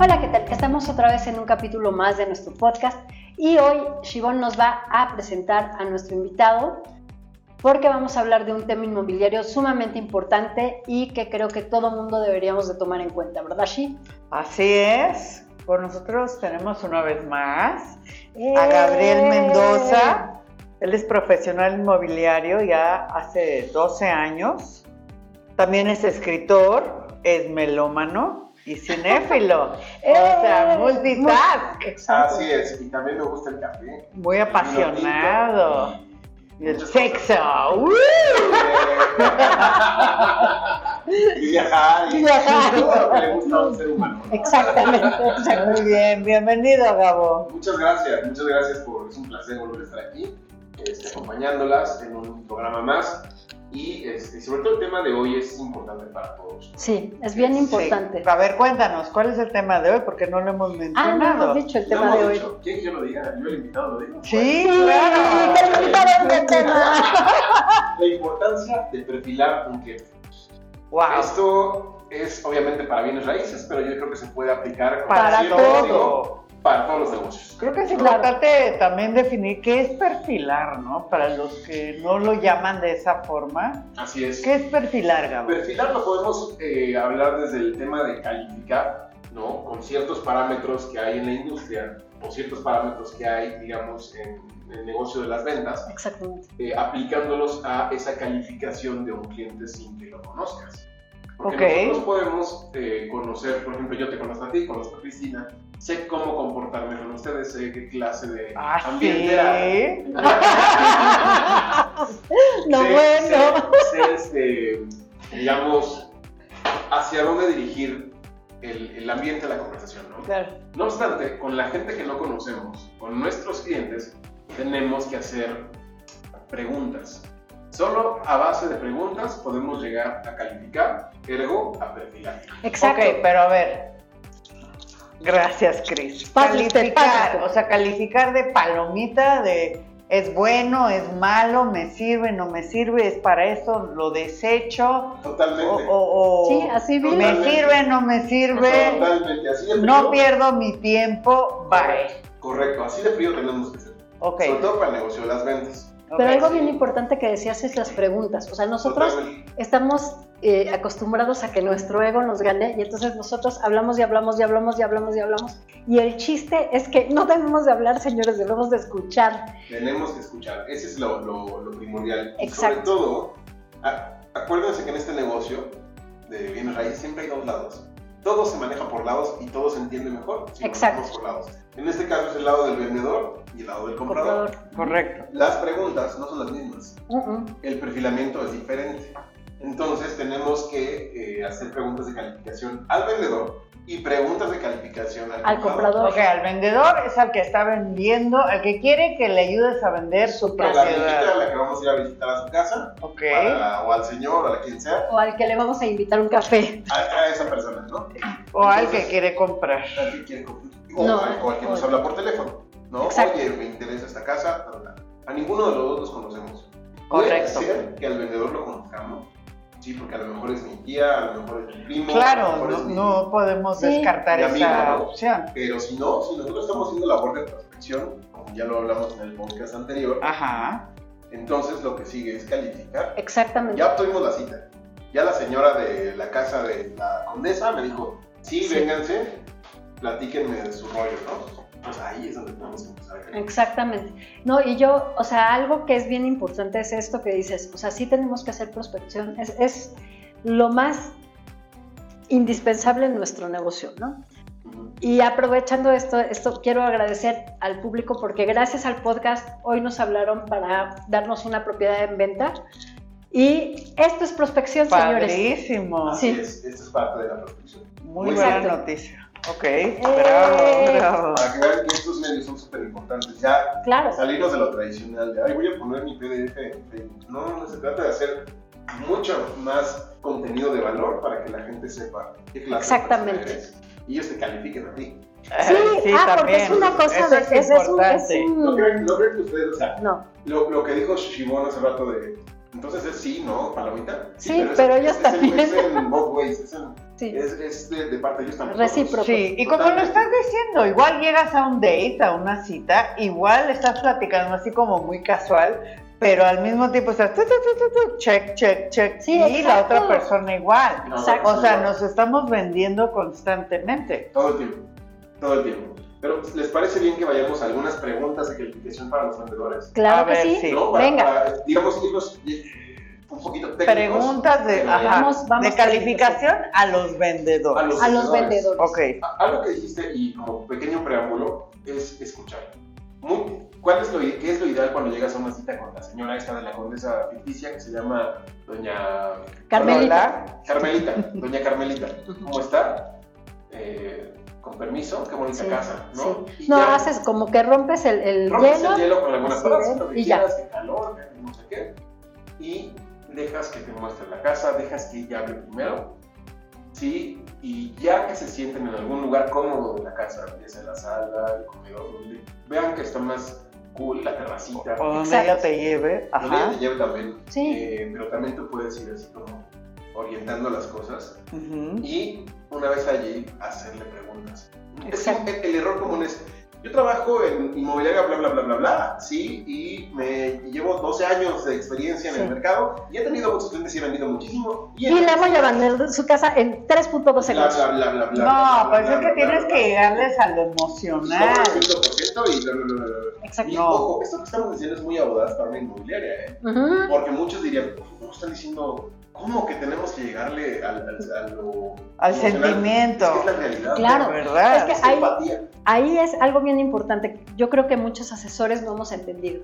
Hola, ¿qué tal? Estamos otra vez en un capítulo más de nuestro podcast y hoy Shivon nos va a presentar a nuestro invitado porque vamos a hablar de un tema inmobiliario sumamente importante y que creo que todo mundo deberíamos de tomar en cuenta, ¿verdad, Shi? Así es, por nosotros tenemos una vez más a Gabriel Mendoza. Él es profesional inmobiliario ya hace 12 años. También es escritor, es melómano y cinéfilo. o sea, ¡Eh! multitask. Así es, y también me gusta el café. Muy apasionado. Y el muchas sexo. ¡uh! cosas. Y viajar. Y Viajar. Todo lo que le gusta a un ser humano. Exactamente. Muy bien, bienvenido, Gabo. Muchas gracias, muchas gracias por. Es un placer volver a estar aquí, este, acompañándolas en un programa más. Y este, sobre todo el tema de hoy es importante para todos. Sí, es bien importante. Sí. A ver, cuéntanos, ¿cuál es el tema de hoy? Porque no lo hemos Ah, no mencionado. hemos dicho el Lo tema de hemos hoy. dicho. ¿Quieren que yo lo diga? Yo el invitado lo digo. Sí, Bueno. claro. te invitaron del tema. La importancia de perfilar un cliente. Wow. Esto es obviamente para bienes raíces, pero yo creo que se puede aplicar con Para cierto todo. motivo para todos los negocios. Creo que es Claro. importante también definir qué es perfilar, ¿no? Para los que no lo llaman de esa forma. Así es. ¿Qué es perfilar, Gabo? Perfilar lo podemos eh, hablar desde el tema de calificar, ¿no? Con ciertos parámetros que hay en la industria o ciertos parámetros que hay, digamos, en el negocio de las ventas, Exactamente. eh, aplicándolos a esa calificación de un cliente sin que lo conozcas. Porque Ok. nosotros podemos eh, conocer, por ejemplo, yo te conozco a ti, conozco a Cristina, sé cómo comportarme con ustedes, sé qué clase de Ah, ambiente era. sí. No, Sé- bueno. sé- sé, este, digamos, hacia dónde dirigir el, el ambiente de la conversación, ¿no? Claro. No obstante, con la gente que no conocemos, con nuestros clientes, tenemos que hacer preguntas. Solo a base de preguntas podemos llegar a calificar, ergo a perfilar. Exacto. Ok, pero a ver. Gracias, Cris. Pásate, Calificar, pásate. o sea, calificar de palomita, de es bueno, es malo, me sirve, no me sirve, es para eso, lo desecho. O, Totalmente. Oh, o- o Sí, así bien. me sirve, no me sirve, Totalmente. Así de no frío. pierdo mi tiempo, bye. Correcto, así de frío tenemos que ser. Ok. Sobre todo para el negocio de las ventas. Pero algo ok. bien importante que decías es las preguntas. O sea, nosotros Totalmente. estamos eh, acostumbrados a que nuestro ego nos gane y entonces nosotros hablamos y hablamos y hablamos y hablamos y hablamos. Y el chiste es que no debemos de hablar, señores, debemos de escuchar. tenemos que escuchar. Ese es lo, lo- lo primordial. Y Exacto. Sobre todo, a- acuérdense que en este negocio de bienes raíces siempre hay dos lados. Todo se maneja por lados y todo se entiende mejor si lo Exacto. manejamos por lados. En este caso es el lado del vendedor y el lado del comprador. Comprador. Correcto. Las preguntas no son las mismas Mm, mm. el perfilamiento es diferente. Entonces tenemos que eh, hacer preguntas de calificación al vendedor y preguntas de calificación al, Al comprador. Ok, al vendedor es al que está vendiendo, al que quiere que le ayudes a vender su Pero la visita a propiedad. la que vamos a ir a visitar a su casa, Ok. para- o al señor, a la quien sea, O al que le vamos a invitar un café. a, a esa persona, ¿no? O al que Entonces- quiere comprar. Al que quiere comprar. O, No, al, o al que nos oye. habla por teléfono, ¿no? Exacto. Oye, me interesa esta casa, bla, bla, bla. A ninguno de los dos nos conocemos. Correcto. Puede ser que al vendedor lo conozcamos, sí, porque a lo mejor es mi tía, a lo mejor es mi primo. a lo Claro, mejor no, es mi- no podemos Sí. descartar Mi amigo, esa ¿no? opción. Pero si no, si nosotros estamos haciendo labor de prospección, como ya lo hablamos en el podcast anterior, Ajá. entonces lo que sigue es calificar. Exactamente. Ya obtuvimos la cita. Ya la señora de la casa de la condesa me dijo, sí, Sí. vénganse, platíquenme de su rollo, ¿no? Pues ahí es donde tenemos que empezar. a calificar. Exactamente. No, y yo, o sea, algo que es bien importante es esto que dices, o sea, sí tenemos que hacer prospección, es, es lo más indispensable en nuestro negocio, ¿no? Ujú. Y aprovechando esto, esto quiero agradecer al público porque gracias al podcast hoy nos hablaron para darnos una propiedad en venta Y esto es prospección, señores. Padrísimo. Así Sí. es, esto es parte de la protección. Muy Exacto. buena noticia. Ok, Eh. bravo, bravo. Para que vean que estos medios son súper importantes. Ya Claro. salirnos de lo tradicional, de, ay, voy a poner mi PDF en Facebook". No, no se trata de hacer mucho más contenido de valor para que la gente sepa qué clase Exactamente. Mm. de persona eres y ellos te califiquen a ti. Sí, ah, porque es una cosa Eso de es es un- es importante. un- No creen, no creen que ustedes, o sea, no, lo, lo que dijo Shimon hace rato de, entonces es sí, ¿no? Palomita. Sí, pero es- ellos es en- también. Es en both ways, es, en- sí. es- es de, de parte de ellos también. Recíproco. Sí, y como lo estás diciendo, igual llegas a un date, a una cita, igual estás platicando así como muy casual, pero al mismo tiempo estás tu, tu, tu, tu, tu, check, check, check, Sí, y la exacto. otra persona igual. No, Exacto. O sea, no. nos estamos vendiendo constantemente. Todo el tiempo, todo el tiempo. Pero, ¿les parece bien que vayamos a algunas preguntas de calificación para los vendedores? Claro A que ver, sí. sí. ¿No? Para- Venga. para, digamos, irnos eh, un poquito técnicos. Preguntas de, Eh, ajá, Vamos, vamos de con la calificación a los vendedores. A los- A los vendedores. Ok, a- Algo que dijiste y como pequeño preámbulo es escuchar. Muy- ¿Cuál es lo, i- qué es lo ideal cuando llegas a una cita con la señora esta de la condesa ficticia que se llama Doña Carmelita. Hola. Carmelita? Doña Carmelita, ¿cómo está? Eh, con permiso, qué bonita Sí, casa, ¿no? sí. Y No, ya- haces como que rompes el, el rompes hielo. el hielo con alguna así frase, es, lo que y ya. quieras, que calor, que no sé qué, y dejas que te muestre la casa, dejas que ella hable primero, ¿sí? Y ya que se sienten en algún lugar cómomodo de la casa, ya sea la sala, el comedor, donde vean que está más cool la terracita, o donde Exacto. ella te lleve. donde ella Ajá. te lleve también, Sí. eh, pero también tú puedes ir así como orientando las cosas, Ujú. y una vez allí hacerle preguntas. Es Exacto. un- el, el error común es, yo trabajo en inmobiliaria, bla, bla, bla, bla, bla, sí, y me y llevo 12 años de experiencia en Sí. el mercado y he tenido muchos clientes y he vendido muchísimo. Y le voy a vender su casa en 3.2 Bla, segundos. bla, bla, bla, bla. No, bla, pues bla, es bla, que bla, tienes bla, que bla. llegarles a lo emocional. Sobre el 100% y bla, bla, bla, bla, bla. Exacto. Y No. ojo, esto que estamos diciendo es muy audaz para una inmobiliaria, ¿eh? Ujú. Porque muchos dirían, "Pues, ¿cómo están diciendo? ¿Cómo que tenemos que llegarle al, al, a lo Al emocional?". sentimiento. Es que es la realidad. Claro. De verdad. Es que Es hay- empatía. Ahí es algo bien importante. Yo creo que muchos asesores no hemos entendido.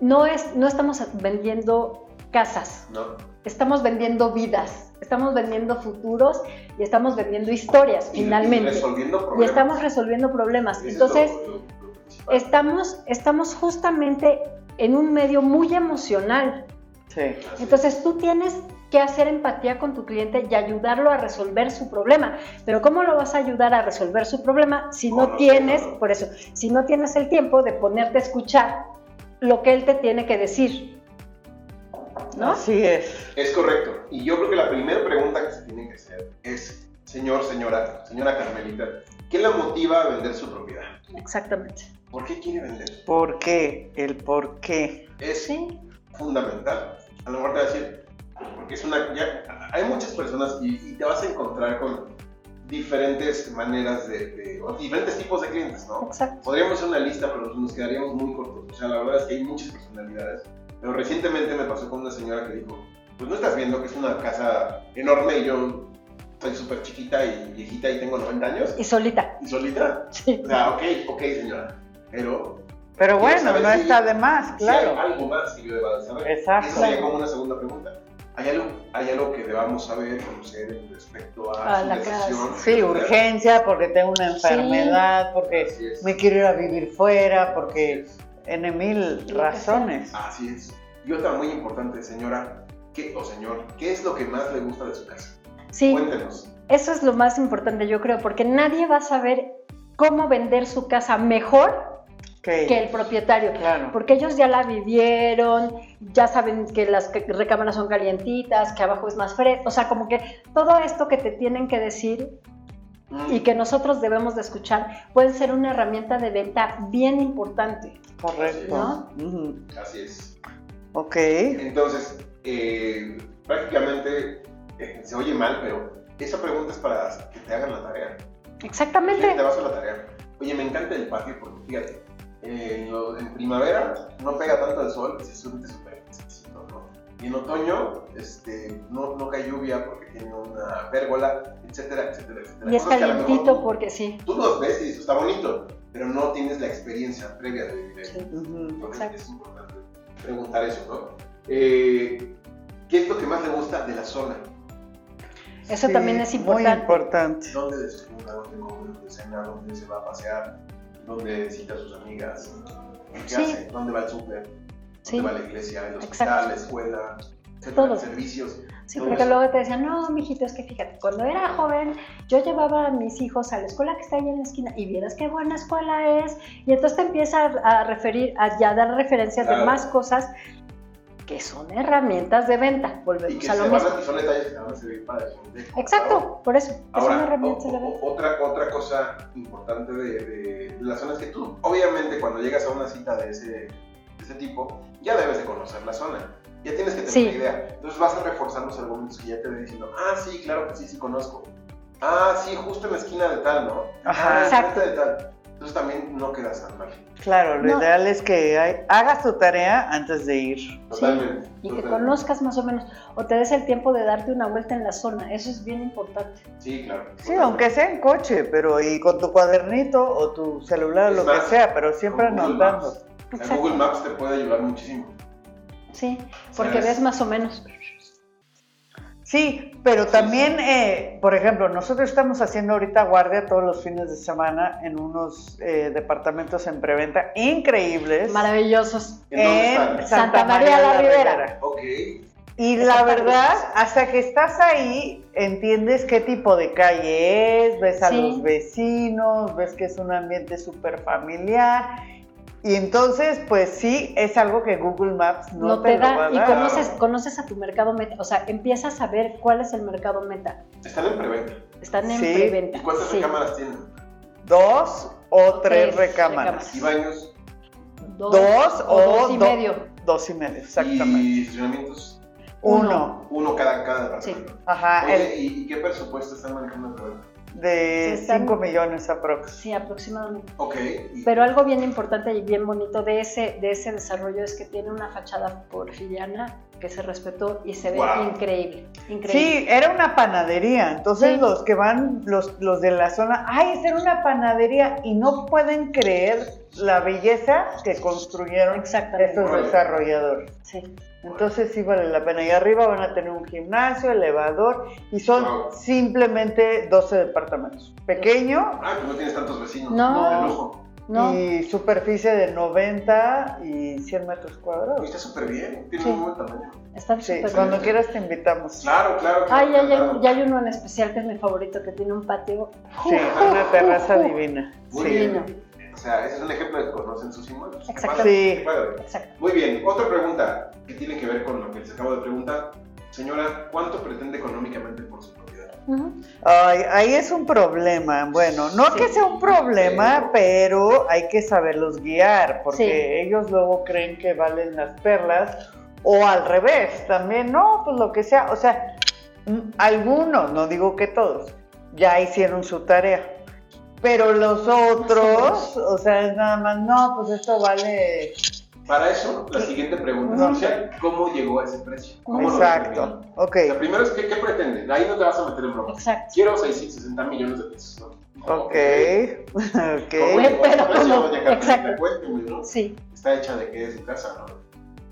No, es, no estamos vendiendo casas, No. estamos vendiendo vidas, estamos vendiendo futuros y estamos vendiendo historias, Y finalmente. resolviendo problemas. Y estamos resolviendo problemas. Ese es Entonces, lo- lo- lo principal. estamos, estamos justamente en un medio muy emocional. Sí. Así Entonces tú tienes que hacer empatía con tu cliente y ayudarlo a resolver su problema. Pero ¿cómo lo vas a ayudar a resolver su problema si no Conociéndolo. tienes, por eso, si no tienes el tiempo de ponerte a escuchar lo que él te tiene que decir? ¿No? Así es. es. es correcto. Y yo creo que la primera pregunta que se tiene que hacer es, señor, señora, señora Carmelita, ¿qué la motiva a vender su propiedad? Exactamente. ¿Por qué quiere vender? ¿Por qué? El por qué. Es Sí. fundamental. A lo mejor te va a decir, porque es una. ya- hay muchas personas y, y te vas a encontrar con diferentes maneras de, de- o diferentes tipos de clientes, ¿no? Exacto. Podríamos hacer una lista, pero nos quedaríamos muy cortos. O sea, la verdad es que hay muchas personalidades. Pero recientemente me pasó con una señora que dijo, pues no estás viendo que es una casa enorme y yo soy súper chiquita y viejita y tengo 90 años Y solita. y solita. Sí. O sea, ok, ok señora, pero Pero Quiero bueno, saber no si- está de más, si claro. hay algo más que yo deba de saber. Exacto. Esa sería como una segunda pregunta. ¿Hay algo, hay algo que debamos saber, conocer respecto a, A su la decisión? Sí, urgencia, porque tengo una Sí. enfermedad, porque Así es. me quiero ir a vivir fuera, porque en mil razones. Así es. Y otra muy importante, señora, ¿qué, o señor, ¿qué es lo que más le gusta de su casa? Sí. Cuéntenos. Eso es lo más importante, yo creo, porque nadie va a saber cómo vender su casa mejor Que- que el propietario. Claro. Porque ellos ya la vivieron, ya saben que las c- recámaras son calientitas, que abajo es más fresco, o sea, como que todo esto que te tienen que decir Mm, y que nosotros debemos de escuchar puede ser una herramienta de venta bien importante. Correcto. ¿No? Ujú. Así es. Ok. Entonces, eh, prácticamente eh, se oye mal, pero esa pregunta es para que te hagan la tarea. Sí, Exactamente. te vas a la tarea. Oye, me encanta el patio porque fíjate, eh, en, lo- en primavera no pega tanto el sol, se siente súper fresquecito, ¿no? Y en otoño este, no, no cae lluvia porque tiene una pérgola, etcétera, etcétera, etcétera. Y es Cosas que a lo mejor calientito tú- porque sí. Tú los ves y dices, está bonito, pero no tienes la experiencia previa de vivir ahí. sí. Ujú. Entonces, Exacto. es importante preguntar eso, ¿no? eh, ¿qué es lo que más le gusta de la zona? Eso Sí, también es Muy importante. importante. ¿Dónde desayuna? ¿Dónde come? ¿Dónde cena? ¿Dónde se va a pasear? ¿Dónde cita a sus amigas? ¿Qué Sí. hace? ¿Dónde va el súper? ¿Dónde Sí, va la iglesia? ¿El hospital? Exacto. ¿La escuela? etcétera, Todo. ¿Servicios? sí, todo porque eso. luego te decían, no, mijito, es que fíjate, cuando era joven, yo llevaba a mis hijos a la escuela que está ahí en la esquina y vieras qué buena escuela es. Y entonces te empieza a, a referir, a ya dar referencias Claro. de más cosas que son herramientas de venta. Y Volvemos que a se lo van mismo. a- son detalles que van a servir para defender. Pues, Exacto, por eso, que son Ahora, o- herramientas de venta. o- otra, otra cosa importante de, de la zona es que tú, obviamente, cuando llegas a una cita de ese, de ese tipo, ya debes de conocer la zona. Ya tienes que tener Sí. una idea. Entonces vas a reforzar los argumentos que ya te ven diciendo, ah, sí, claro que sí, sí conozco. Ah, sí, justo en la esquina de tal, ¿no? Ajá. Ah, Exacto. enfrente de tal. Entonces también no quedas tan mal. Claro, lo No. ideal es que hay- hagas tu tarea antes de ir. Totalmente. y que totalmente. conozcas más o menos, o te des el tiempo de darte una vuelta en la zona, eso es bien importante. Sí, claro. Sí, aunque sea en coche, pero y con tu cuadernito o tu celular, Es lo más, que sea, pero siempre con Google anotando. Maps. El Google Maps te puede ayudar muchísimo. Sí, porque ¿Sabes? ves más o menos. Sí, pero Sí, también, eh, por ejemplo, nosotros estamos haciendo ahorita guardia todos los fines de semana en unos eh, departamentos en preventa increíbles. Maravillosos. ¿En dónde En están? Santa María la Ribera. Ok. Y la Exactamente. verdad, hasta que estás ahí, entiendes qué tipo de calle es, ves a Sí. los vecinos, ves que es un ambiente súper familiar. Y entonces, pues sí, es algo que Google Maps no, No, te, lo va da, a y dar. conoces, conoces a tu mercado meta, o sea, empiezas a ver cuál es el mercado meta. Están en preventa. Están en Sí. preventa. ¿Y cuántas sí. recámaras tienen? Dos o tres, tres recámaras. Y baños Dos, Dos o o dos y do- medio. Dos y medio, exactamente. y estacionamientos, Uno. uno cada, cada departamento. Ah, Ajá, Oye, ¿y, y qué presupuesto están manejando en preventa? el de Sí, están- 5 millones aprox. Sí, aproximadamente. Ok. y- Pero algo bien importante y bien bonito de ese, de ese desarrollo es que tiene una fachada porfiriana que se respetó y se ve Guau. increíble. Increíble. Sí, era una panadería. Entonces Sí. los que van, los, los de la zona, ay, esa era una panadería y no pueden creer la belleza que construyeron Exactamente. estos Órale. desarrolladores. Sí. Entonces sí vale la pena. Y arriba van a tener un gimnasio, elevador y son Wow. simplemente 12 departamentos. Pequeño Ah, que no tienes tantos vecinos. No. De lujo. No, y superficie de 90 y 100 metros Uy, cuadrados. Está súper bien. Tiene Sí. un buen tamaño. están Sí, súper cuando bien. quieras te invitamos. Claro, claro. claro, Ay, ay, ay, claro. ya hay uno en especial que es mi favorito, que tiene un patio. Sí, una terraza Ujú. divina. Muy Sí. divino. bien. O sea, ese es un ejemplo de que conocen sus inmuebles. Qué Exacto. padre, Sí. qué padre. Exacto. Muy bien. Otra pregunta que tiene que ver con lo que les acabo de preguntar. Señora, ¿cuánto pretende económicamente por su propiedad? Ujú. Ay, ahí es un problema. Bueno, no Sí. que sea un problema, pero hay que saberlos guiar, porque Sí. ellos luego creen que valen las perlas, o al revés, también, no, pues lo que sea. O sea, mm, algunos, no digo que todos, ya hicieron su tarea. Pero los otros, o sea, es nada más, no, pues esto vale. Para eso, la siguiente pregunta No. es, ¿cómo llegó a ese precio? ¿Cómo lo determinó? Exacto. Ok, La primera es, ¿qué, qué pretenden? Ahí no te vas a meter en broma. Exacto. Quiero 660 millones de pesos, ¿no? ok, ok. ¿Cómo llegó a ese Pero precio, ¿cómo? doña Carmelita? Exacto. Cuénteme, ¿no? Sí, Está hecha de qué es su casa, ¿no?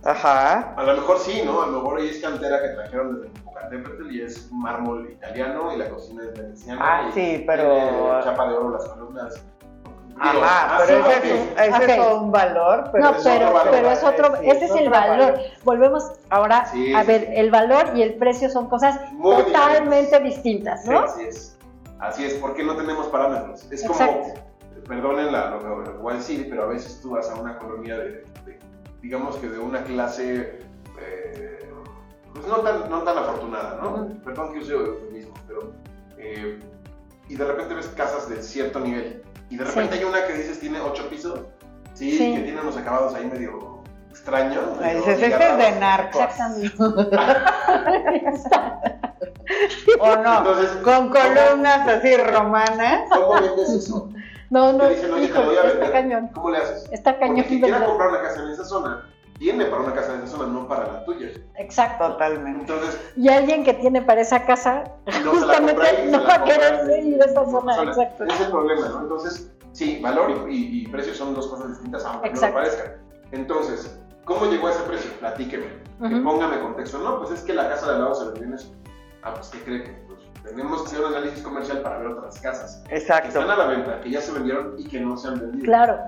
Ajá. A lo mejor sí, ¿no? A lo mejor ahí es cantera que trajeron desde Popocatépetl y es mármol italiano y la cocina es veneciana. Ah, y sí, pero- tiene chapa de oro las columnas. Digo, Ajá, ah, pero sí, ese, es, ok. un- ese es Ok. un valor. Pero no, es pero, otro valor. pero es otro, Sí, ese es el otro valor. Volvemos ahora Sí, a sí, ver, sí. el valor y el precio son cosas Muy totalmente distintas, Sí, ¿no? así es. Así es, porque no tenemos parámetros. Es como, Exacto. perdonen la- lo que lo que voy a decir, pero a veces tú vas a una colonia de, de- digamos que de una clase, eh, pues no tan, no tan afortunada, ¿no? Ujú. Perdón que use eufemismo, pero... eh, y de repente ves casas de cierto nivel. Y de Sí. repente hay una que dices tiene ocho pisos, sí, Sí. que tiene unos acabados ahí medio extraños. Ahí medio dices, este es desgarrados". de narcos. Exactamente. O no. Entonces, Con columnas así romanas. ¿cómo vendes eso? No, Te no, dicen, "Oye, te híjole, voy a está vender". cañón. ¿Cómo le haces? Está Porque cañón, quien quiera ¿verdad? comprar una casa en esa zona, tiene para una casa en esa zona, no para la tuya. Exacto. Totalmente. Entonces, Y alguien que tiene para esa casa, no se la compra justamente y no se va la a compra querer ir a esa zona. sola. Exacto. Ese es el problema, ¿no? Entonces, sí, valor y, y- y precio son dos cosas distintas, aunque no lo Exacto. parezcan. Entonces, ¿Cómo llegó a ese precio? Platíqueme. Ujú. Póngame contexto. No, pues es que la casa de al lado se vendió en eso. Ah, pues ¿qué cree? Pues, tenemos que hacer un análisis comercial para ver otras casas que Exacto. están a la venta, que ya se vendieron y que no se han vendido. Claro,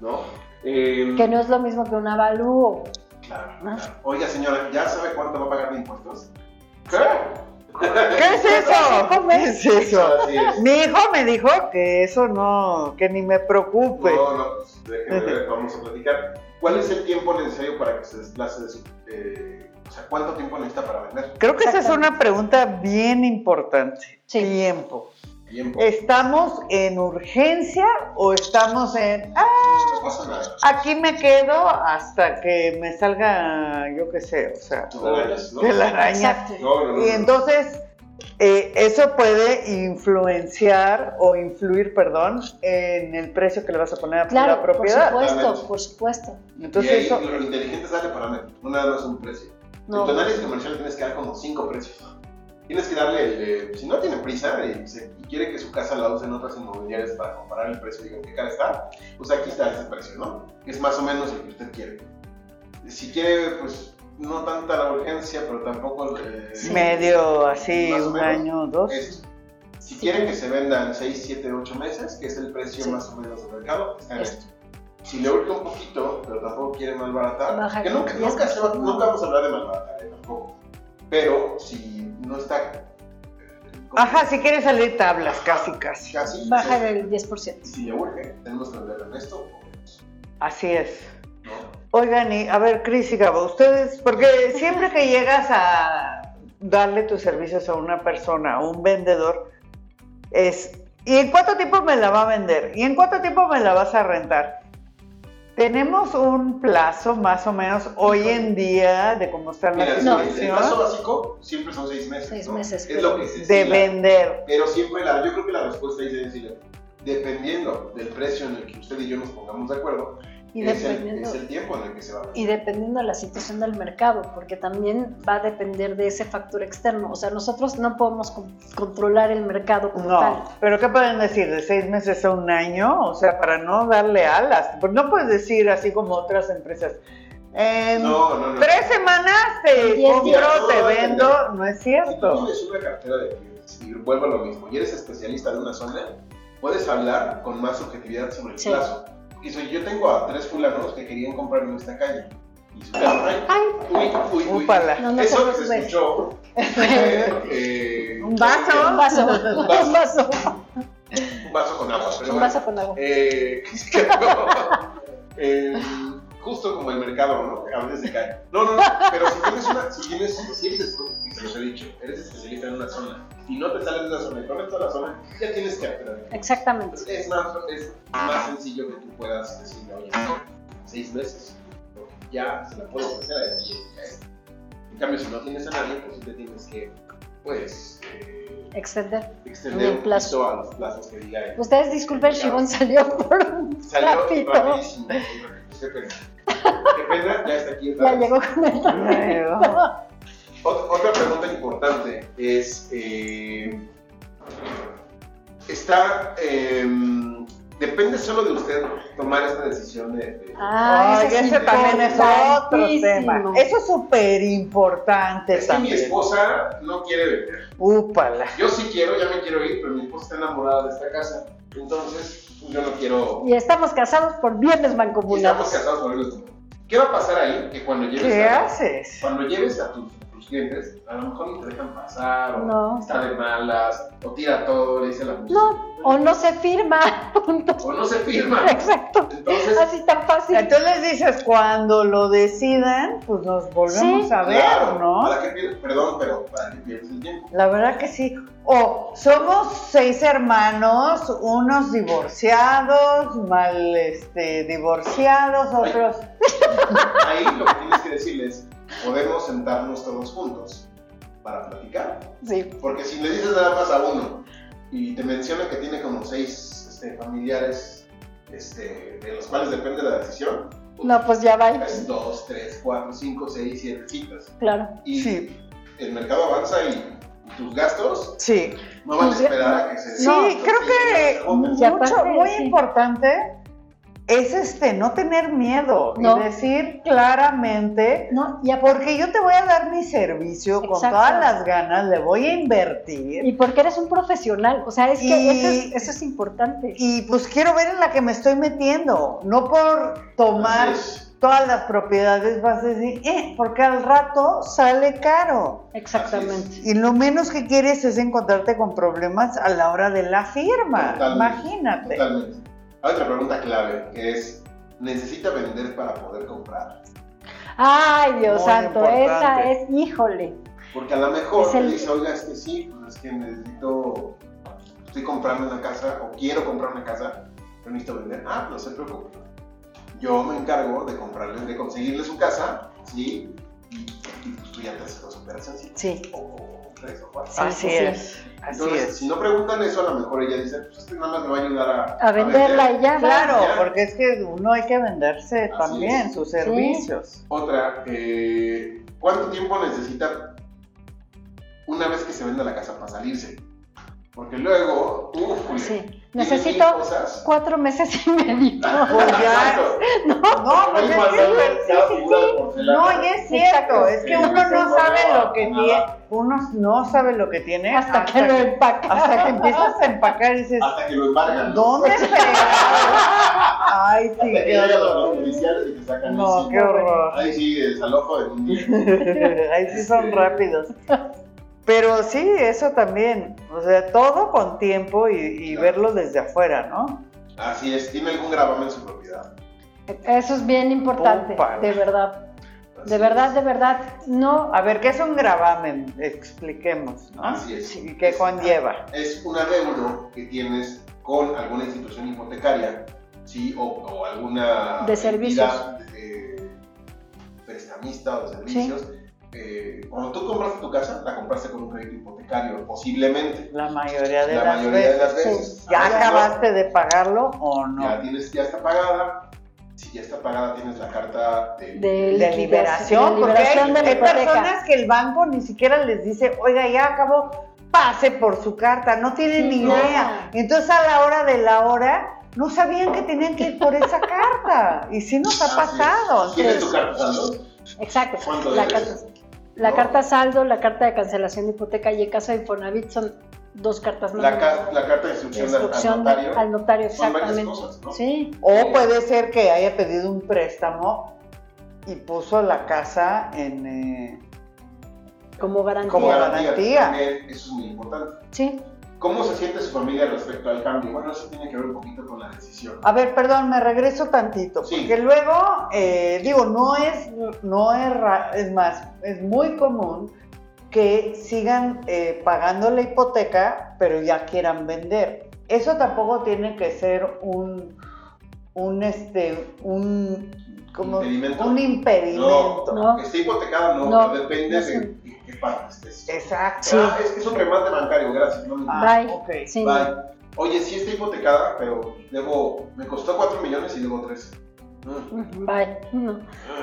¿No? Eh, que no es lo mismo que un avalúo. Ah. Claro, ¿No? claro. Oiga, señora, ¿ya sabe cuánto va a pagar de impuestos? ¿Qué? ¿Qué es eso? ¿Qué es eso? Así es. Mi hijo me dijo que eso no, que ni me preocupe. No, no, pues, déjeme ver, vamos a platicar. ¿Cuál es el tiempo necesario para que se desplace de su... eh, o sea, ¿cuánto tiempo necesita para vender? Creo que esa es Exactamente. una pregunta bien importante. Sí. Tiempo. Tiempo. Eh, ¿Estamos en urgencia o estamos en, ah, No pasa nada. aquí me quedo hasta que me salga, yo qué sé, o sea, Telarañas, ¿no? de la araña? Exacto. No, no, no, Y no. entonces, eh, eso puede influenciar o influir, perdón, en el precio que le vas a poner a Claro, la por propiedad. supuesto, Totalmente. por supuesto. Entonces, y ahí, eso, lo inteligente sale para mí, no nada más un precio. No. En tu análisis comercial tienes que dar como cinco precios. Tienes que darle, el, eh, si no tiene prisa y, se- y quiere que su casa la usen otras inmobiliarias para comparar el precio y digan qué cara está, pues aquí está ese precio, ¿no? Es más o menos el que usted quiere. Si quiere, pues no tanta la urgencia, pero tampoco eh, Sí. medio así, Más o un menos. año o dos. es- Si Sí. quiere que se vendan 6, 7, 8 meses, que es el precio Sí. más o menos del mercado, está en este Esto. esto. Si le urge un poquito, pero tampoco quiere malbaratar, Baja que nunca, el- nunca, se va- nunca vamos a hablar de malbaratar, eh, tampoco. Pero si no está... eh, con- Ajá, si quieres salir tablas, casi, casi. Casi, Baja sí. del 10%. Si le urge, tenemos que hablar en esto o menos, Así es. ¿no? Oigan, y a ver, Cris y Gabo, ustedes, porque siempre que llegas a darle tus servicios a una persona, a un vendedor, es, ¿y en cuánto tiempo me la va a vender? ¿Y en cuánto tiempo me la vas a rentar? Tenemos un plazo más o menos hoy en día de cómo está la Mira, No. el- el situación plazo básico siempre son 6 meses. Seis ¿no? meses, Es lo que se de estila. vender. Pero siempre la, yo creo que la respuesta ahí es decir, dependiendo del precio en el que usted y yo nos pongamos de acuerdo, Y es, el, dependiendo, es el tiempo en el que se va a ver. y dependiendo de la situación del mercado, porque también va a depender de ese factor externo. O sea, nosotros no podemos con- controlar el mercado como tal. No, pero ¿qué pueden decir? ¿De seis meses a un año? O sea, para no darle alas. Porque no puedes decir así como otras empresas. "Eh, En No, no, no. Tres semanas te Diez días. compro, te No, no, vendo, no es Si tú cierto. tienes una cartera de clientes y vuelvo a lo mismo, y eres especialista de una zona, puedes hablar con más objetividad sobre el Sí. plazo. Y si yo tengo a tres fulanos que querían comprar en esta calle. Y su carro, Ay, uy, uy, uy. Úpala. no, no se Eso que se preocupe. escuchó. fue, eh, Un vaso. Un vaso, Un vaso. un vaso, Un vaso con agua. pero un bueno. vaso con agua. Eh, que no. Eh, justo como el mercado, ¿no? A veces se cae. No, no, no, pero si tienes una, si tienes, si eres, y se los he dicho, eres especialista en una zona y no te sales de la zona y corres toda la zona, ya tienes que aprender. Exactamente. Es más, es más sencillo que tú puedas decirle, oye, seis meses, ¿no? ya se la puedo ofrecer a ti. En cambio, si no tienes a nadie, pues sí te tienes que, pues, eh, Extender. extender Un un plazo. plazo a los plazos que diga él. Ustedes disculpen, Shibon salió por un Salió ratito. rapidísimo. Qué pena. Qué pena, ya está aquí. otra Ya vez. llegó con el Luego, Ot- otra pregunta importante es, eh, está, eh, depende solo de usted tomar esta decisión de... de- Ah, ay, ese, es ese también es otro tema. importantísimo. Eso es súper importante es que mi también. esposa no quiere vender. Úpala. Yo sí quiero, ya me quiero ir, pero mi esposa está enamorada de esta casa. Entonces, yo no quiero... Y estamos casados por bienes y Estamos mancomunados. casados por el ¿Qué va a pasar ahí? Que cuando llegues ¿Qué a- haces? cuando lleves a tus, tus clientes, a lo mejor ni te dejan pasar, o No. está de malas, o tira todo, le dice la mujer. No, o no se firma, punto. O no se firma. Exacto. Entonces, Así tan fácil. Entonces dices, cuando lo decidan, pues nos volvemos Sí, a ver, claro, ¿no? ¿para qué pier- Perdón, pero para que pierdas el tiempo. La verdad que sí. O somos seis hermanos, unos divorciados, mal este, divorciados, otros. Ahí lo que tienes que decirles, podemos sentarnos todos juntos para platicar. Sí. Porque si le dices nada más a uno y te menciona que tiene como seis este, familiares este, de los cuales depende la decisión, No, pues ya va. es dos, tres, cuatro, cinco, seis, siete citas. Claro. Y Sí. el mercado avanza y tus gastos Sí. no van a Tus esperar a que se Sí, No, creo que Sí, mucho, aparte, muy sí. importante es este, no tener miedo No. y decir claramente, ¿no? Y, a- porque yo te voy a dar mi servicio con Exacto. todas las ganas, le voy a invertir. y porque eres un profesional, o sea, es que Y- eso, es, eso es importante. Y pues quiero ver en la que me estoy metiendo, no por tomar Así todas las propiedades vas a decir, eh, porque al rato sale caro. Exactamente. Y lo menos que quieres es encontrarte con problemas a la hora de la firma. Totalmente, Imagínate. Totalmente. Hay otra pregunta clave que es: ¿necesita vender para poder comprar? Ay, Dios Muy santo, esa importante. es, híjole. Porque a lo mejor Es te el- dice, oiga, es que sí, pues es que necesito. Estoy comprando una casa o quiero comprar una casa, pero necesito vender. Ah, no se preocupe. Yo me encargo de comprarles, de conseguirle su casa, sí, y, y pues tú ya te haces las operaciones. Sí. O, o tres o cuatro. Sí, así sí, sí. es. Así Entonces, es. si no preguntan eso, a lo mejor ella dice, pues este nada más me va a ayudar a, A venderla y ya. va. Claro, Ya. porque es que uno hay que venderse Así también es. sus servicios. Otra, eh, ¿cuánto tiempo necesita una vez que se venda la casa para salirse? Porque luego, uff, Sí. Necesito cosas. cuatro meses y medio. Pues ya, Exacto. no, pues Hay es que manual, es- sí, cada sí, figura sí. de porcelana. No, y es cierto, Exacto. es que Sí, uno no no sabe lo que nada. tiene, uno no sabe lo que tiene hasta, que lo empacas. hasta que empiezas a empacar y dices, Hasta que lo embargan. ¿no? ¿dónde fregados? Ay, sí, Hasta que qué llegan los horror. policiales y te sacan No, el qué horror. Ahí sí, desalojo en un día. Ahí sí son rápidos. Pero sí, eso también, o sea, todo con tiempo y, y verlo desde afuera, ¿no? Así es, tiene algún gravamen en su propiedad. Eso es bien importante, Pum, de verdad. Así De verdad, es. de verdad. No, A ver, ¿qué es un gravamen? Expliquemos, ¿no? Así es. ¿Y qué conlleva? es un adeudo que tienes con alguna institución hipotecaria, ¿sí? O, o alguna De servicios. entidad, eh, prestamista o de servicios. Eh, cuando tú compraste tu casa, la compraste con un crédito hipotecario, posiblemente. La mayoría de la las mayoría de veces. las veces. ¿Ya A veces acabaste de pagarlo o no, no? Ya, tienes, ya está pagada. Si ya está pagada, tienes la carta de... de, de liberación, de liberación porque de hay, la hay hipoteca. personas que el banco ni siquiera les dice, oiga, ya acabó, pase por su carta, no tienen Sí, ni no. idea. Entonces a la hora de la hora no sabían que tenían que ir por esa carta y sí nos ha Así es. pasado. ¿Tienes Entonces, tu carta saldo? Exacto. ¿Cuánto La debes? carta, la No. carta saldo, la carta de cancelación de hipoteca y en caso de Infonavit son dos cartas más. La, ca- la carta de De instrucción, al- instrucción al notario. al notario, Son varias exactamente. cosas, ¿no? Sí, o puede ser que haya pedido un préstamo y puso la casa en... eh, como garantía. Como garantía. también, eso es muy importante. Sí, ¿Cómo se siente su familia respecto al cambio? Bueno, eso tiene que ver un poquito con la decisión. A ver, perdón, me regreso tantito, Sí. porque luego, eh, digo, no es, no es, ra- es más, es muy común que sigan eh, pagando la hipoteca, pero ya quieran vender. Eso tampoco tiene que ser un, un, este, un, como, ¿Impedimento? un impedimento. No. que esté hipotecada no, No. pero depende No sé. de en qué parte estés. Exacto. Ah, es que es un remate bancario, gracias. no me- Ah, Bye. ok. sí. Bye. Oye, sí está hipotecada, pero debo, me costó 4 millones y debo 3. Bye. No.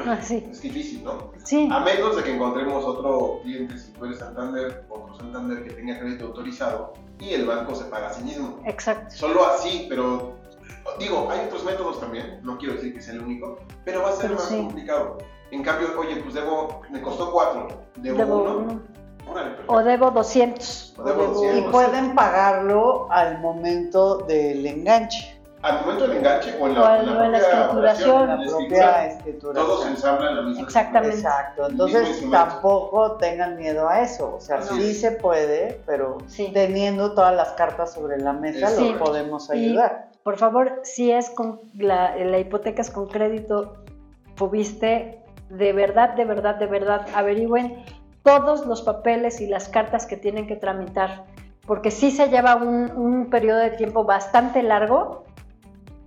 Ah, sí. Mm. Es difícil, ¿no? Sí, A menos de que encontremos otro cliente, si tú eres Santander, otro Santander que tenga crédito autorizado y el banco se paga a sí mismo. exacto. solo así, pero digo, hay otros métodos también, no quiero decir que sea el único, pero va a ser Pero más sí. complicado. En cambio, oye, pues debo, me costó cuatro, debo, Debo uno, uno. órale, perfecto. O debo 200. O debo 200. Y pueden pagarlo al momento del enganche, Al momento del enganche o en O la, en en- la o en la propia escrituración. operación, la en la propia escritura, escritura. todos se ensamblan en la misma Exactamente. Exacto, El mismo entonces instrumento. tampoco tengan miedo a eso, o sea, Así sí es. se puede, pero Sí. teniendo todas las cartas sobre la mesa Eso lo es. podemos Y- ayudar. Por favor, si es con la, la hipoteca es con crédito Fobiste, de verdad, de verdad, de verdad, averigüen todos los papeles y las cartas que tienen que tramitar, porque sí se lleva un, un periodo de tiempo bastante largo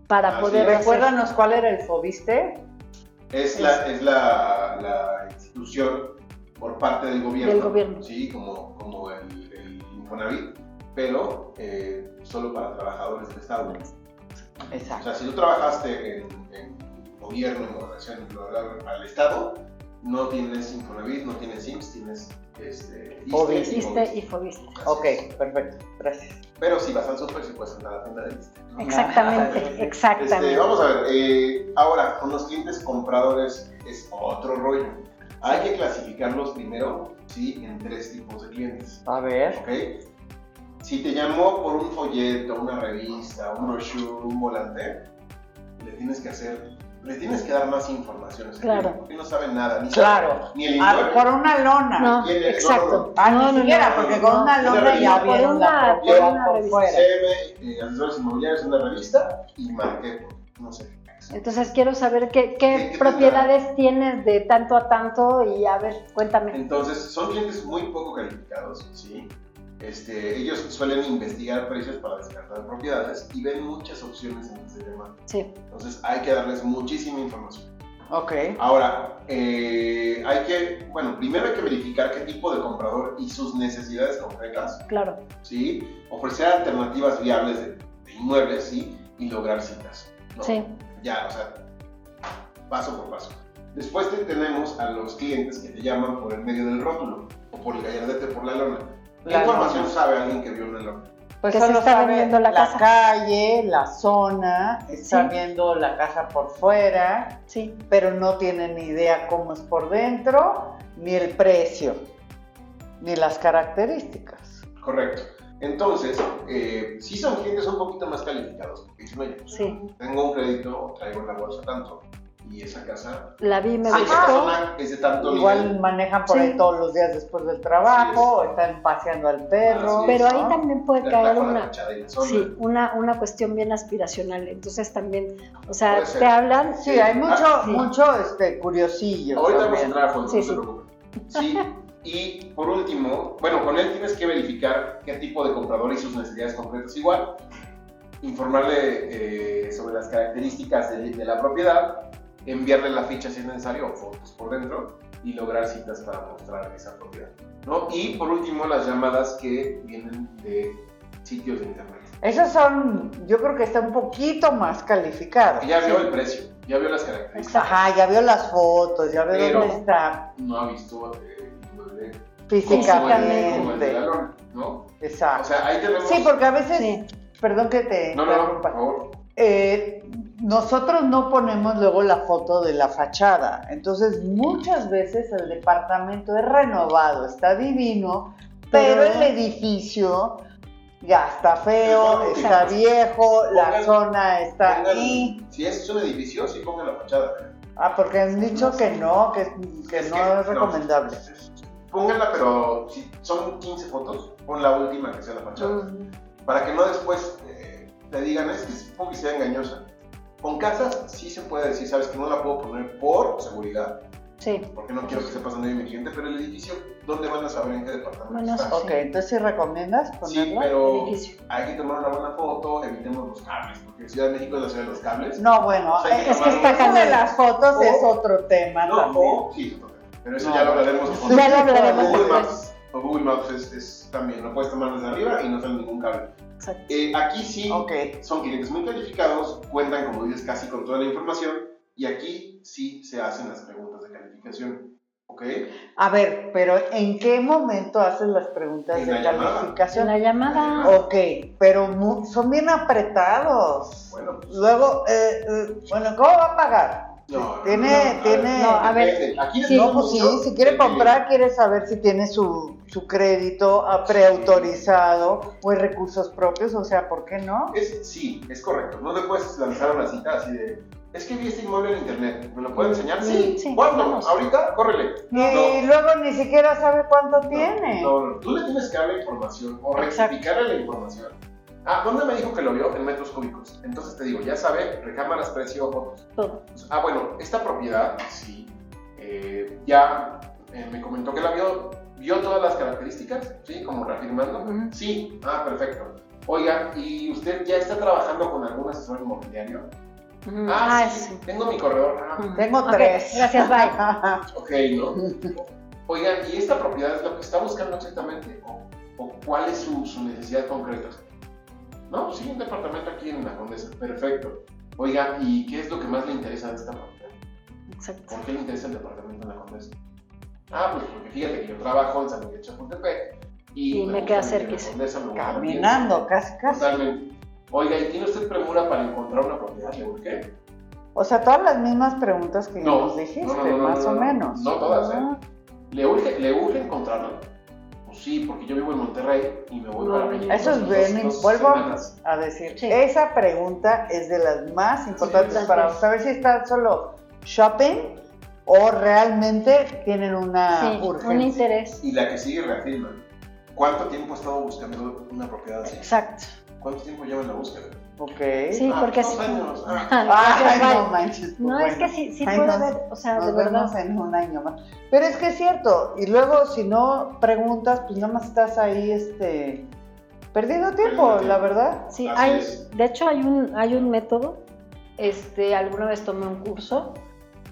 para Así poder es. hacer- Recuérdanos cuál era el fobiste. Es, la, es la, la institución por parte del gobierno, Del gobierno. sí, como, como el, el Infonavit, pero eh, solo para trabajadores del Estado. O Exacto. sea, si tú trabajaste en, en gobierno, en gobernación, en bla, bla, bla, para el Estado, no tienes Infonavit, no tienes IMSS, tienes este, Fobiste. ISSSTE y Fobiste y Fobiste. Fobiste. Así Ok, es. perfecto, gracias. Pero si vas al súper, si puedes entrar a la tienda de lista. Exactamente, exactamente. Este, vamos a ver, eh, ahora, con los clientes compradores es otro rollo. Hay que clasificarlos primero, sí, en tres tipos de clientes, A ver. ¿ok? Si te llamó por un folleto, una revista, un brochure, un volante, le tienes que hacer, le tienes que dar más información. a ese Claro. cliente, porque no saben nada, ni Claro. saben, ni el Ah, inmueble. por una lona. No, ¿Quién es? exacto. Ah, No, ni no, no, siquiera, no, porque no, con una no. lona ya Por vieron una- la por propiedad una por revista. fuera. CM, eh, asesores inmobiliarios, una revista y marqué, no sé. Entonces quiero saber qué, ¿Qué- qué qué propiedades tienes de tanto a tanto y a ver, cuéntame. Entonces, son clientes muy poco calificados, ¿sí? Este, ellos suelen investigar precios para descartar propiedades y ven muchas opciones en este tema. Sí, Entonces, hay que darles muchísima información. Ok. Ahora, eh, hay que, bueno, primero hay que verificar qué tipo de comprador y sus necesidades concretas, claro. ¿sí? Ofrecer alternativas viables de, de inmuebles, ¿sí? Y lograr citas. ¿no? Sí, Ya, o sea, paso por paso. Después te- tenemos a los clientes que te llaman por el medio del rótulo o por el gallardete por la lona. ¿Qué La información lona. sabe alguien que vio una lona? Pues Que se solo está sabe vendiendo la casa. calle, la zona, está Sí. viendo la casa por fuera, sí. pero no tiene ni idea cómo es por dentro, ni el precio, ni las características. Correcto. Entonces, eh, sí son clientes un poquito más calificados, porque dicen, oye, pues, Sí. tengo un crédito, o traigo en la bolsa tanto, y esa casa, La vi, me si esa gustó. persona es de tanto Igual nivel, manejan por Sí. ahí todos los días después del trabajo, Así es. están paseando al perro. Así es. Pero ahí ¿no? también puede la caer trajo la una, fachada y la zona. sí, una, una cuestión bien aspiracional. Entonces también, o sea, Puede ser. te hablan, Sí, hay mucho, Ah, sí. mucho este, curiosillo. Ahorita vamos a también. entrar a fondo, Sí, no sí. se preocupen. Sí, y por último, bueno, con él tienes que verificar qué tipo de comprador y sus necesidades concretas igual, informarle eh, sobre las características de, de la propiedad, enviarle la ficha si es necesario o fotos por dentro y lograr citas para mostrar esa propiedad. ¿no? Y por último, las llamadas que vienen de sitios de internet. Esos son, yo creo que está un poquito más calificado. Ya vio el precio, ya vio las características, Ajá, ya veo las fotos, ya veo Pero- dónde está no ha visto eh, cómo es de- cómo es de- cómo es de la físicamente. lona, ¿no? Ah, O Exacto. sea, ahí tenemos. Sí, porque a veces, Sí. perdón que te No, no, no, por interrumpa. favor. Eh, nosotros no ponemos luego la foto de la fachada. Entonces, muchas veces el departamento es renovado, está divino, pero Pero- el edificio ya está feo, Exacto. está viejo, la Pongan- zona está Pongan- ahí. Si es un edificio, sí pongan la fachada. Ah, porque han dicho que no, que, que Es no que- es recomendable. Pónganla, pero si son 15 fotos, pon la última que sea la fachada. mm, Mm. Para que no después eh, te digan, es que es publicidad engañosa. Con casas sí se puede decir, sabes que no la puedo poner por seguridad, Sí, porque no quiero que sepas dónde vive mi cliente, pero el edificio, ¿dónde van a saber en qué departamento Bueno, está? sí. Ok, entonces si recomiendas Sí, ponerla. pero edificio. hay que tomar una buena foto, evitemos los cables, porque Ciudad de México es la ciudad de los cables. No, bueno, O sea, hay eh, que es que tomar está una- acá de las fotos O- es otro tema Oh. No, también. o- sí, pero eso No. ya lo hablaremos con Ya lo O hablaremos Google después. Maps, o Google Maps es, es también, lo puedes tomar desde arriba y no sale ningún cable. Exacto. Eh, aquí sí Ok, son clientes muy calificados, cuentan, como dices, casi con toda la información y aquí sí se hacen las preguntas de calificación. ¿Ok? a ver, pero ¿en qué momento haces las preguntas En de la llamada. En calificación? la Ah, llamada, Ok, pero mu- son bien apretados. Bueno, pues, Luego, eh, eh, bueno, ¿cómo va a pagar? no. Tiene- no, tiene- No, a ver, depende. Aquí sí. no, depende pues sí, mucho si quiere de- comprar, quiere saber si tiene su, su crédito ah, preautorizado o hay recursos propios, o sea, ¿por qué no? Es, sí, es correcto. No le puedes lanzar una cita así de. Es que vi este inmueble en internet. ¿Me lo puede enseñar? Sí, sí, ¿Cuándo? vamos. ¿Ahorita? Córrele. Y luego ni siquiera sabe cuánto tiene. No, no, tú le tienes que dar la información o Exacto. rectificarle la información. Ah, ¿dónde me dijo que lo vio? En metros cúbicos. Entonces te digo, ya sabe, recámaras, precio, fotos. todo. Ah, bueno, esta propiedad, sí, eh, ya eh, me comentó que la vio, vio todas las características, sí, como reafirmando. Ujú. Sí, ah, perfecto. Oiga, ¿y usted ya está trabajando con algún asesor inmobiliario? Ujú. Ah, Ah, sí, sí. tengo mi corredor. Ah, Ujú. Tengo Ok, tres. Gracias, bye. Ok, ¿no? Oigan, ¿y esta propiedad es lo que está buscando exactamente? ¿O, o cuál es su, su necesidad concreta? No, sí, un departamento aquí en la Condesa. Perfecto. Oiga, ¿y qué es lo que más le interesa de esta propiedad? Exacto. ¿Por qué le interesa el departamento en la Condesa? Ah, pues porque fíjate que yo trabajo en San Miguel Chapultepec y, Y me gusta queda vivir en cerquis. la Condesa, me gusta vivir en la Caminando, casi, casi. Totalmente. Oiga, ¿y tiene usted premura para encontrar una propiedad? ¿Le busqué? O sea, todas las mismas preguntas que ya No, nos dijiste, no, no, no, no, más no, o no. menos. No todas, ¿eh? Ah, ¿Le urge, ¿Le urge encontrarla? Pues sí, porque yo vivo en Monterrey y me voy No, para no, México. Eso es dos- bien, dos vuelvo semanas. a decir, Sí. esa pregunta es de las más importantes Sí. para saber si está solo shopping o realmente tienen Ah, una sí, un urgencia. interés. Y la que sigue reafirma. ¿Cuánto tiempo he estado buscando una propiedad así? Exacto. ¿Cuánto tiempo lleva en la búsqueda? ok. Sí, Ah, porque dos sí. años. Ah, Ay, Entonces, vale. no manches. No, pues es que bueno. sí, sí Ay, puede nos- haber, o sea, de Nos verdad. vemos en un año más. Pero es que es cierto, y luego si no preguntas, pues nada más estás ahí este perdiendo tiempo, Perdiendo tiempo. la verdad. Sí, Así hay, es. de hecho hay un, hay un método, este, alguna vez tomé un curso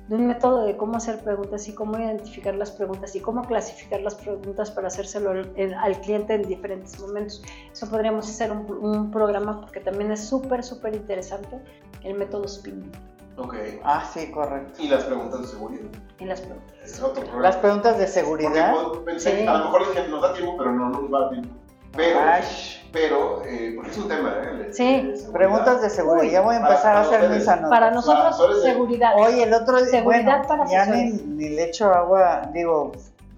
de un método de cómo hacer preguntas y cómo identificar las preguntas y cómo clasificar las preguntas para hacérselo al, en- al cliente en diferentes momentos. Eso podríamos hacer un, un programa porque también es súper, súper interesante el método spinning Ok. Ah, sí, correcto. Y las preguntas de seguridad. en las preguntas. Es otro problema. Las preguntas de Porque seguridad. puedo- pensé, Sí. A lo mejor dije, nos da tiempo, pero no, no nos va a tiempo. Pero, Ash, pero eh, porque es un tema, ¿eh? El- Sí. el de seguridad. preguntas de seguridad. Ya voy a empezar Para- a hacer para mis ustedes. anotaciones. Para asesores nosotros, de- seguridad. Oye, el otro día, Seguridad bueno, para ya ni, asesores. ni le echo agua, digo,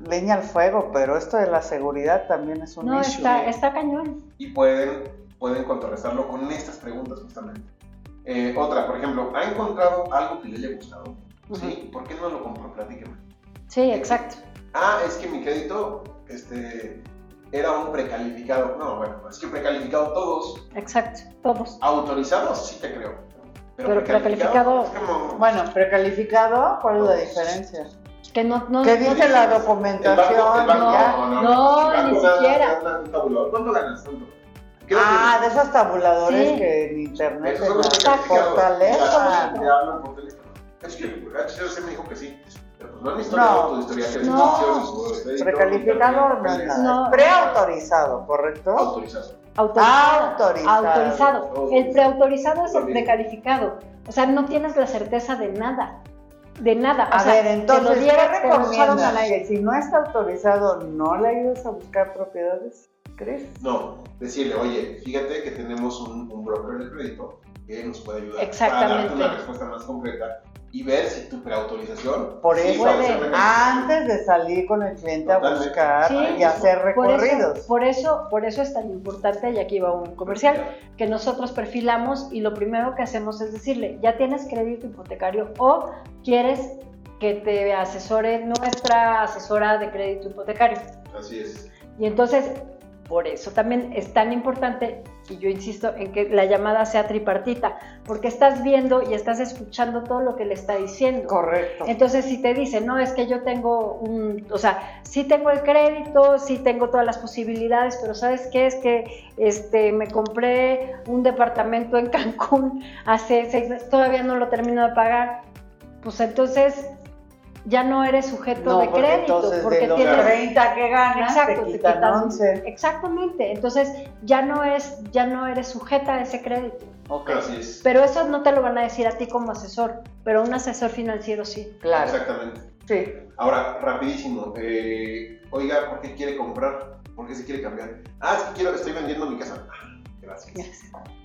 leña al fuego, pero esto de la seguridad también es un no, issue. está, está cañón. y pueden, pueden contrarrestarlo con estas preguntas justamente. Eh, otra, por ejemplo, ¿ha encontrado algo que le haya gustado? ¿Sí? ¿Por qué no lo compró? Platíqueme. Sí, exacto. Ah, es que mi crédito este, era un precalificado. No, bueno, es que precalificado todos, Exacto, todos. autorizados sí te creo. Pero precalificado- es como- Bueno, precalificado, ¿cuál es la diferencia? Que no, no, ¿Qué no- dice la El banco, el documentación? banco, Ya. no, no, el banco ni da- siquiera. da- da un tabulador. ¿Cuánto ganas? ¿Cuánto? ¿Qué Ah, de esos tabuladores Sí. que en internet Esos en son los las precalificados. fortalezas. Ya, te hablan por teléfono. Es que el HCC me dijo que sí. Pero pues no han No. historiado tu historial de No. servicios, su crédito, Precalificado no es internet, nada. No. Preautorizado, ¿correcto? Autorizado. Autorizado. Autorizado. Autorizado. El preautorizado es el También. precalificado. O sea, no tienes la certeza de nada. De nada. O A sea, ver, te lo entonces, dieron, ¿qué te lo echaron al recomiendas? aire. Que si no está autorizado, ¿no le ayudas a buscar propiedades? ¿Crees? No, decirle, oye, fíjate que tenemos un, un broker de crédito que nos puede ayudar para Exactamente. darte una respuesta más concreta y ver si tu preautorización Por sí eso, va a puede. ser beneficiosa. antes de salir con el cliente a Totalmente. buscar Sí, y hacer Por recorridos. eso, por eso, por eso es tan importante, y aquí va un comercial, que nosotros perfilamos y lo primero que hacemos es decirle, ya tienes crédito hipotecario o quieres que te asesore nuestra asesora de crédito hipotecario. Así es. Y entonces, por eso también es tan importante, y yo insisto en que la llamada sea tripartita, porque estás viendo y estás escuchando todo lo que le está diciendo. Correcto. Entonces, si te dice, no, es que yo tengo un, o sea, sí tengo el crédito, sí tengo todas las posibilidades, pero ¿sabes qué? Es que este, me compré un departamento en Cancún hace seis meses, todavía no lo termino de pagar, pues entonces ya no eres sujeto No, de porque crédito, entonces de porque los tienes 30 que ganas, Exacto, te te quitan quitan- 11. Exactamente, entonces ya no es, ya no eres sujeta a ese crédito. Ok, Así es. Pero eso no te lo van a decir a ti como asesor, pero un asesor financiero sí. claro. Exactamente. Sí. Ahora, rapidísimo. eh, oiga, ¿por qué quiere comprar? ¿Por qué se quiere cambiar? Ah, es que quiero, estoy vendiendo mi casa. Ah, Gracias.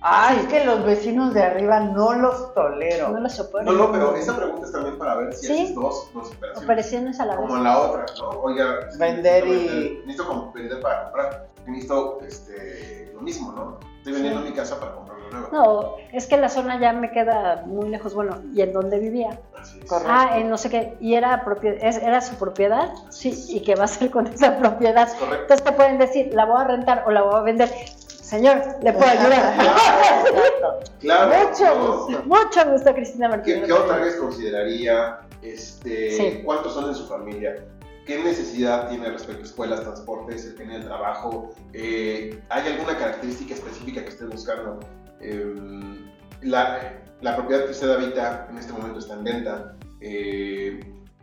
Ay, Ah, es que los vecinos de arriba no los tolero. No lo soporto. No, no, pero esa pregunta es también para ver si Sí. haces dos, dos operaciones. Operaciones a la Como vez. en la otra, ¿no? Oiga, es que Vender necesito y- vender- Necesito como vender para comprar. Necesito este, lo mismo, ¿no? Estoy vendiendo mi casa para comprar una nueva. No, es que la zona ya me queda muy lejos, bueno, y en donde vivía. Así es. Correcto. Ah, en no sé qué, y era, propie- es- era su propiedad, sí, y qué va a hacer con esa propiedad. Es correcto. Entonces te pueden decir, la voy a rentar o la voy a vender. Señor, le puedo ayudar. Claro. Mucho ¿no? gusto. Mucho gusto, Cristina ¿Qué, Martínez. qué otra vez consideraría? Este, Sí. ¿Cuántos son en su familia? ¿Qué necesidad tiene respecto a escuelas, transportes, el tener trabajo? Eh, ¿Hay alguna característica específica que esté buscando? Eh, la, la propiedad que usted habita en este momento está en venta. Eh,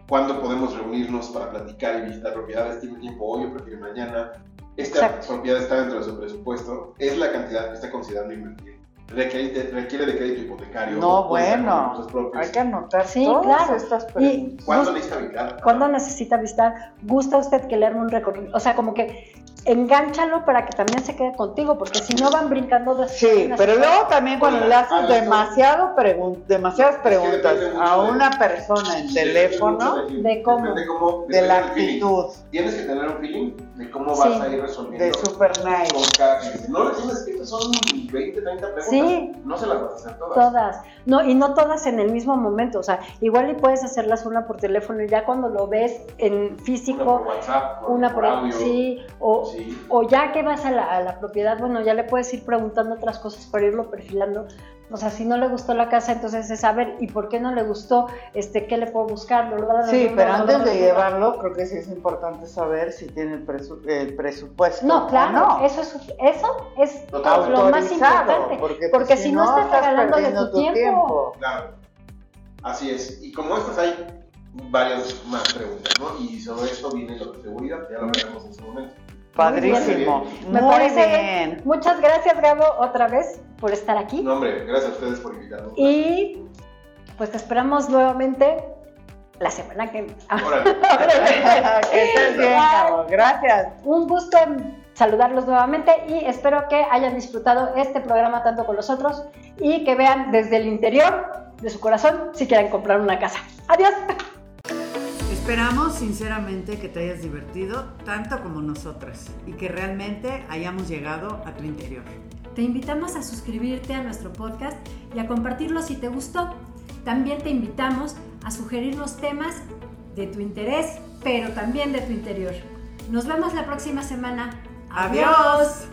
¿Cuándo podemos reunirnos para platicar y visitar propiedades? ¿Tiene tiempo hoy o prefiere mañana? ¿Esta Exacto. propiedad está dentro de su presupuesto? ¿Es la cantidad que está considerando invertir? requiere, requiere de crédito hipotecario. No, o cuenta con bueno. recursos propios. Hay que anotar Sí, todas claro. estas Y preguntas. ¿Cuándo gust- necesita habitar? ¿Cuándo necesita visitar? ¿Gusta usted que le arme un recorrido? O sea, como que engánchalo para que también se quede contigo, porque si no van brincando de Sí, páginas pero a luego también cuando le Hola, haces habla tú. demasiado pregun- demasiadas preguntas depende mucho a de- una Ah, persona en teléfono, de cómo, Depende cómo- de la depende del feeling. actitud, Tienes que tener un feeling de cómo vas Sí. a ir resolviendo. de super con nice. cada cliente. No le tienes que estas son 20, 30 preguntas. Sí. No se las vas a hacer todas. Todas, no, y no todas en el mismo momento, o sea, igual y puedes hacerlas una por teléfono y ya cuando lo ves en Una por físico, WhatsApp, por- una por, por audio. sí, o, Sí. o ya que vas a la, a la propiedad, bueno, ya le puedes ir preguntando otras cosas para irlo perfilando. O sea, si no le gustó la casa, entonces es saber y por qué no le gustó, este, qué le puedo buscar. blablabla, Sí, pero blablabla, antes de blablabla. llevarlo, creo que sí es importante saber si tiene el, presu- el presupuesto. No, claro, o no. eso es, eso es Totalmente. lo más Autorizado, importante. Porque, pues, porque si no estás regalando de perdiendo tu tiempo. Claro. Así es. Y como estas hay varias más preguntas, ¿no? Y sobre esto viene lo de seguridad, ya lo veremos en su momento. Padrísimo. Me Muy parece bien. Muchas gracias, Gabo, otra vez por estar aquí. No, hombre, gracias a ustedes por invitarnos. Y pues te esperamos nuevamente la semana que Órale. que estés bien, Gabo. Gracias. Un gusto en saludarlos nuevamente y espero que hayan disfrutado este programa tanto con nosotros y que vean desde el interior de su corazón si quieren comprar una casa. Adiós. Esperamos sinceramente que te hayas divertido tanto como nosotras y que realmente hayamos llegado a tu interior. Te invitamos a suscribirte a nuestro podcast y a compartirlo si te gustó. También te invitamos a sugerirnos temas de tu interés, pero también de tu interior. Nos vemos la próxima semana. ¡Adiós!